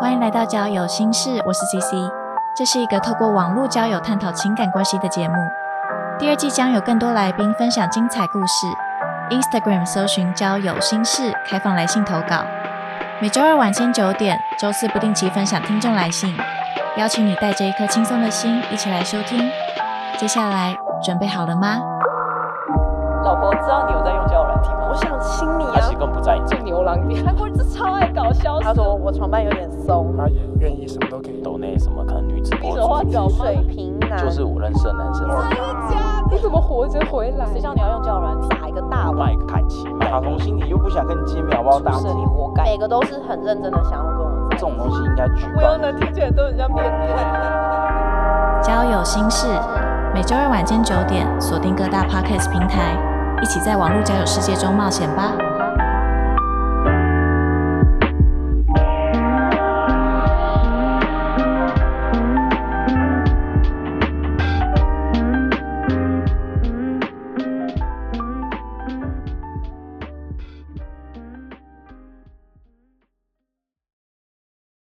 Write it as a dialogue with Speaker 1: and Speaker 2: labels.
Speaker 1: 欢迎来到交友心事，我是 CC，这是一个透过网络交友探讨情感关系的节目。第二季将有更多来宾分享精彩故事。Instagram 搜寻交友心事，开放来信投稿。每周二晚间九点，周四不定期分享听众来信，邀请你带着一颗轻松的心一起来收听。接下来准备好了吗？
Speaker 2: 老婆知道你有在用交友软体吗？
Speaker 3: 我想亲你
Speaker 4: 他
Speaker 3: 啊
Speaker 4: 其实！根本不在意，
Speaker 3: 这牛郎店，
Speaker 2: 韩国人是超爱搞消息
Speaker 3: 他，说我床伴有点松，
Speaker 5: 他也愿意什么都可以。
Speaker 4: 抖内什么可能女直
Speaker 2: 比
Speaker 4: 播
Speaker 2: 手画
Speaker 4: 主，
Speaker 2: 脚吗？
Speaker 3: 水瓶男
Speaker 4: 就是我认识的男生，
Speaker 6: 啊
Speaker 3: 你怎么活着回来？
Speaker 2: 谁叫你要用交友软体？
Speaker 3: 打一个大碗，
Speaker 4: 麦凯奇，麦
Speaker 6: 打从心底又不想跟你见面，好不好？打
Speaker 3: 是
Speaker 6: 这
Speaker 3: 你活该。每个都是很认真的想要跟我在一起
Speaker 6: 种东西应该举
Speaker 2: 我
Speaker 6: 报
Speaker 2: 用。的听起来都很像变态。
Speaker 1: 交友心事，每周二晚间九点，锁定各大 Podcast 平台，一起在网络交友世界中冒险吧。